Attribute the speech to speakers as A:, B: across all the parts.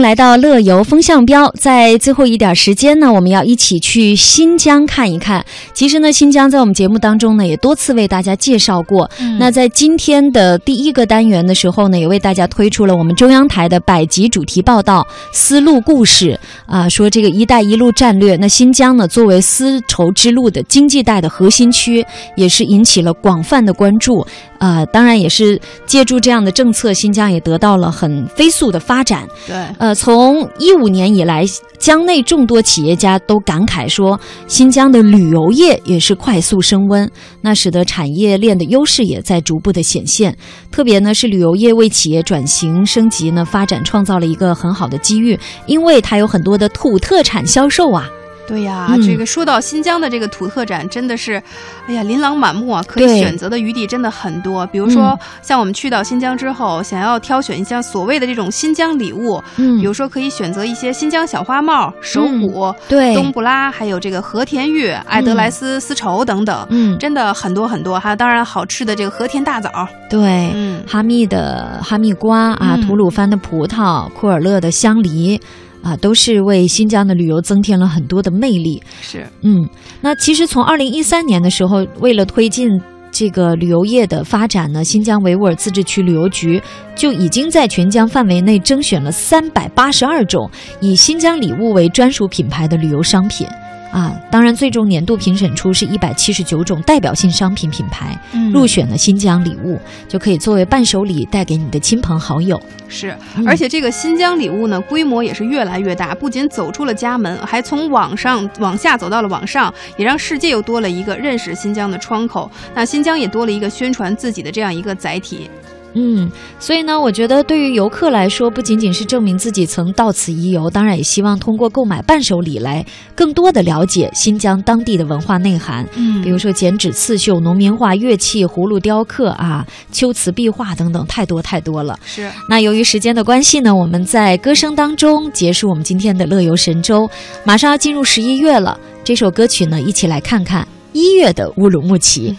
A: 来到乐游风向标，在最后一点时间呢，我们要一起去新疆看一看。其实呢，新疆在我们节目当中呢也多次为大家介绍过。
B: 嗯
A: 那在今天的第一个单元的时候呢，也为大家推出了我们中央台的百集主题报道《丝路故事》啊，说这个“一带一路”战略，那新疆呢作为丝绸之路的经济带的核心区，也是引起了广泛的关注。呃，当然也是借助这样的政策，新疆也得到了很飞速的发展。
B: 对，
A: 呃，从一五年以来，疆内众多企业家都感慨说，新疆的旅游业也是快速升温，那使得产业链的优势也在逐步的显现。特别呢是旅游业为企业转型升级呢发展创造了一个很好的机遇，因为它有很多的土特产销售啊。
B: 对呀、
A: 嗯
B: 这个说到新疆的这个土特展，真的是，哎呀，琳琅满目啊，可以
A: 对
B: 选择的余地真的很多。比如说，
A: 嗯
B: 像我们去到新疆之后，想要挑选一下所谓的这种新疆礼物，
A: 嗯
B: 比如说可以选择一些新疆小花帽、手鼓、
A: 对，
B: 冬不拉，还有这个和田玉、爱德莱斯丝绸等等。
A: 嗯
B: 真的很多很多，还有当然好吃的这个和田大枣，
A: 对。
B: 嗯，
A: 哈密的哈密瓜啊，
B: 嗯
A: 吐鲁番的葡萄，库尔勒的香梨，啊，都是为新疆的旅游增添了很多的魅力。
B: 是
A: 嗯，那其实从二零一三年的时候，为了推进。这个旅游业的发展呢，新疆维吾尔自治区旅游局就已经在全疆范围内征选了三百八十二种以新疆礼物为专属品牌的旅游商品，啊，当然最终年度评审出是一百七十九种代表性商品品牌，入选了新疆礼物，就可以作为伴手礼带给你的亲朋好友。
B: 是，
A: 嗯
B: 而且这个新疆礼物呢，规模也是越来越大，不仅走出了家门，还从网上往下走到了网上，也让世界又多了一个认识新疆的窗口。那新疆也多了一个宣传自己的这样一个载体。
A: 嗯，所以呢，我觉得对于游客来说，不仅仅是证明自己曾到此一游，当然也希望通过购买伴手礼来更多的了解新疆当地的文化内涵，
B: 嗯
A: 比如说剪纸刺绣、农民画、乐器、葫芦雕刻啊、秋瓷壁画等等，太多太多了。
B: 是，
A: 那由于时间的关系呢，我们在歌声当中结束我们今天的乐游神州，马上要进入十一月了。这首歌曲呢，一起来看看一月的乌鲁木齐。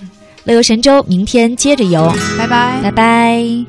A: 乐游神州，明天接着游，
B: 拜拜。
A: 拜拜。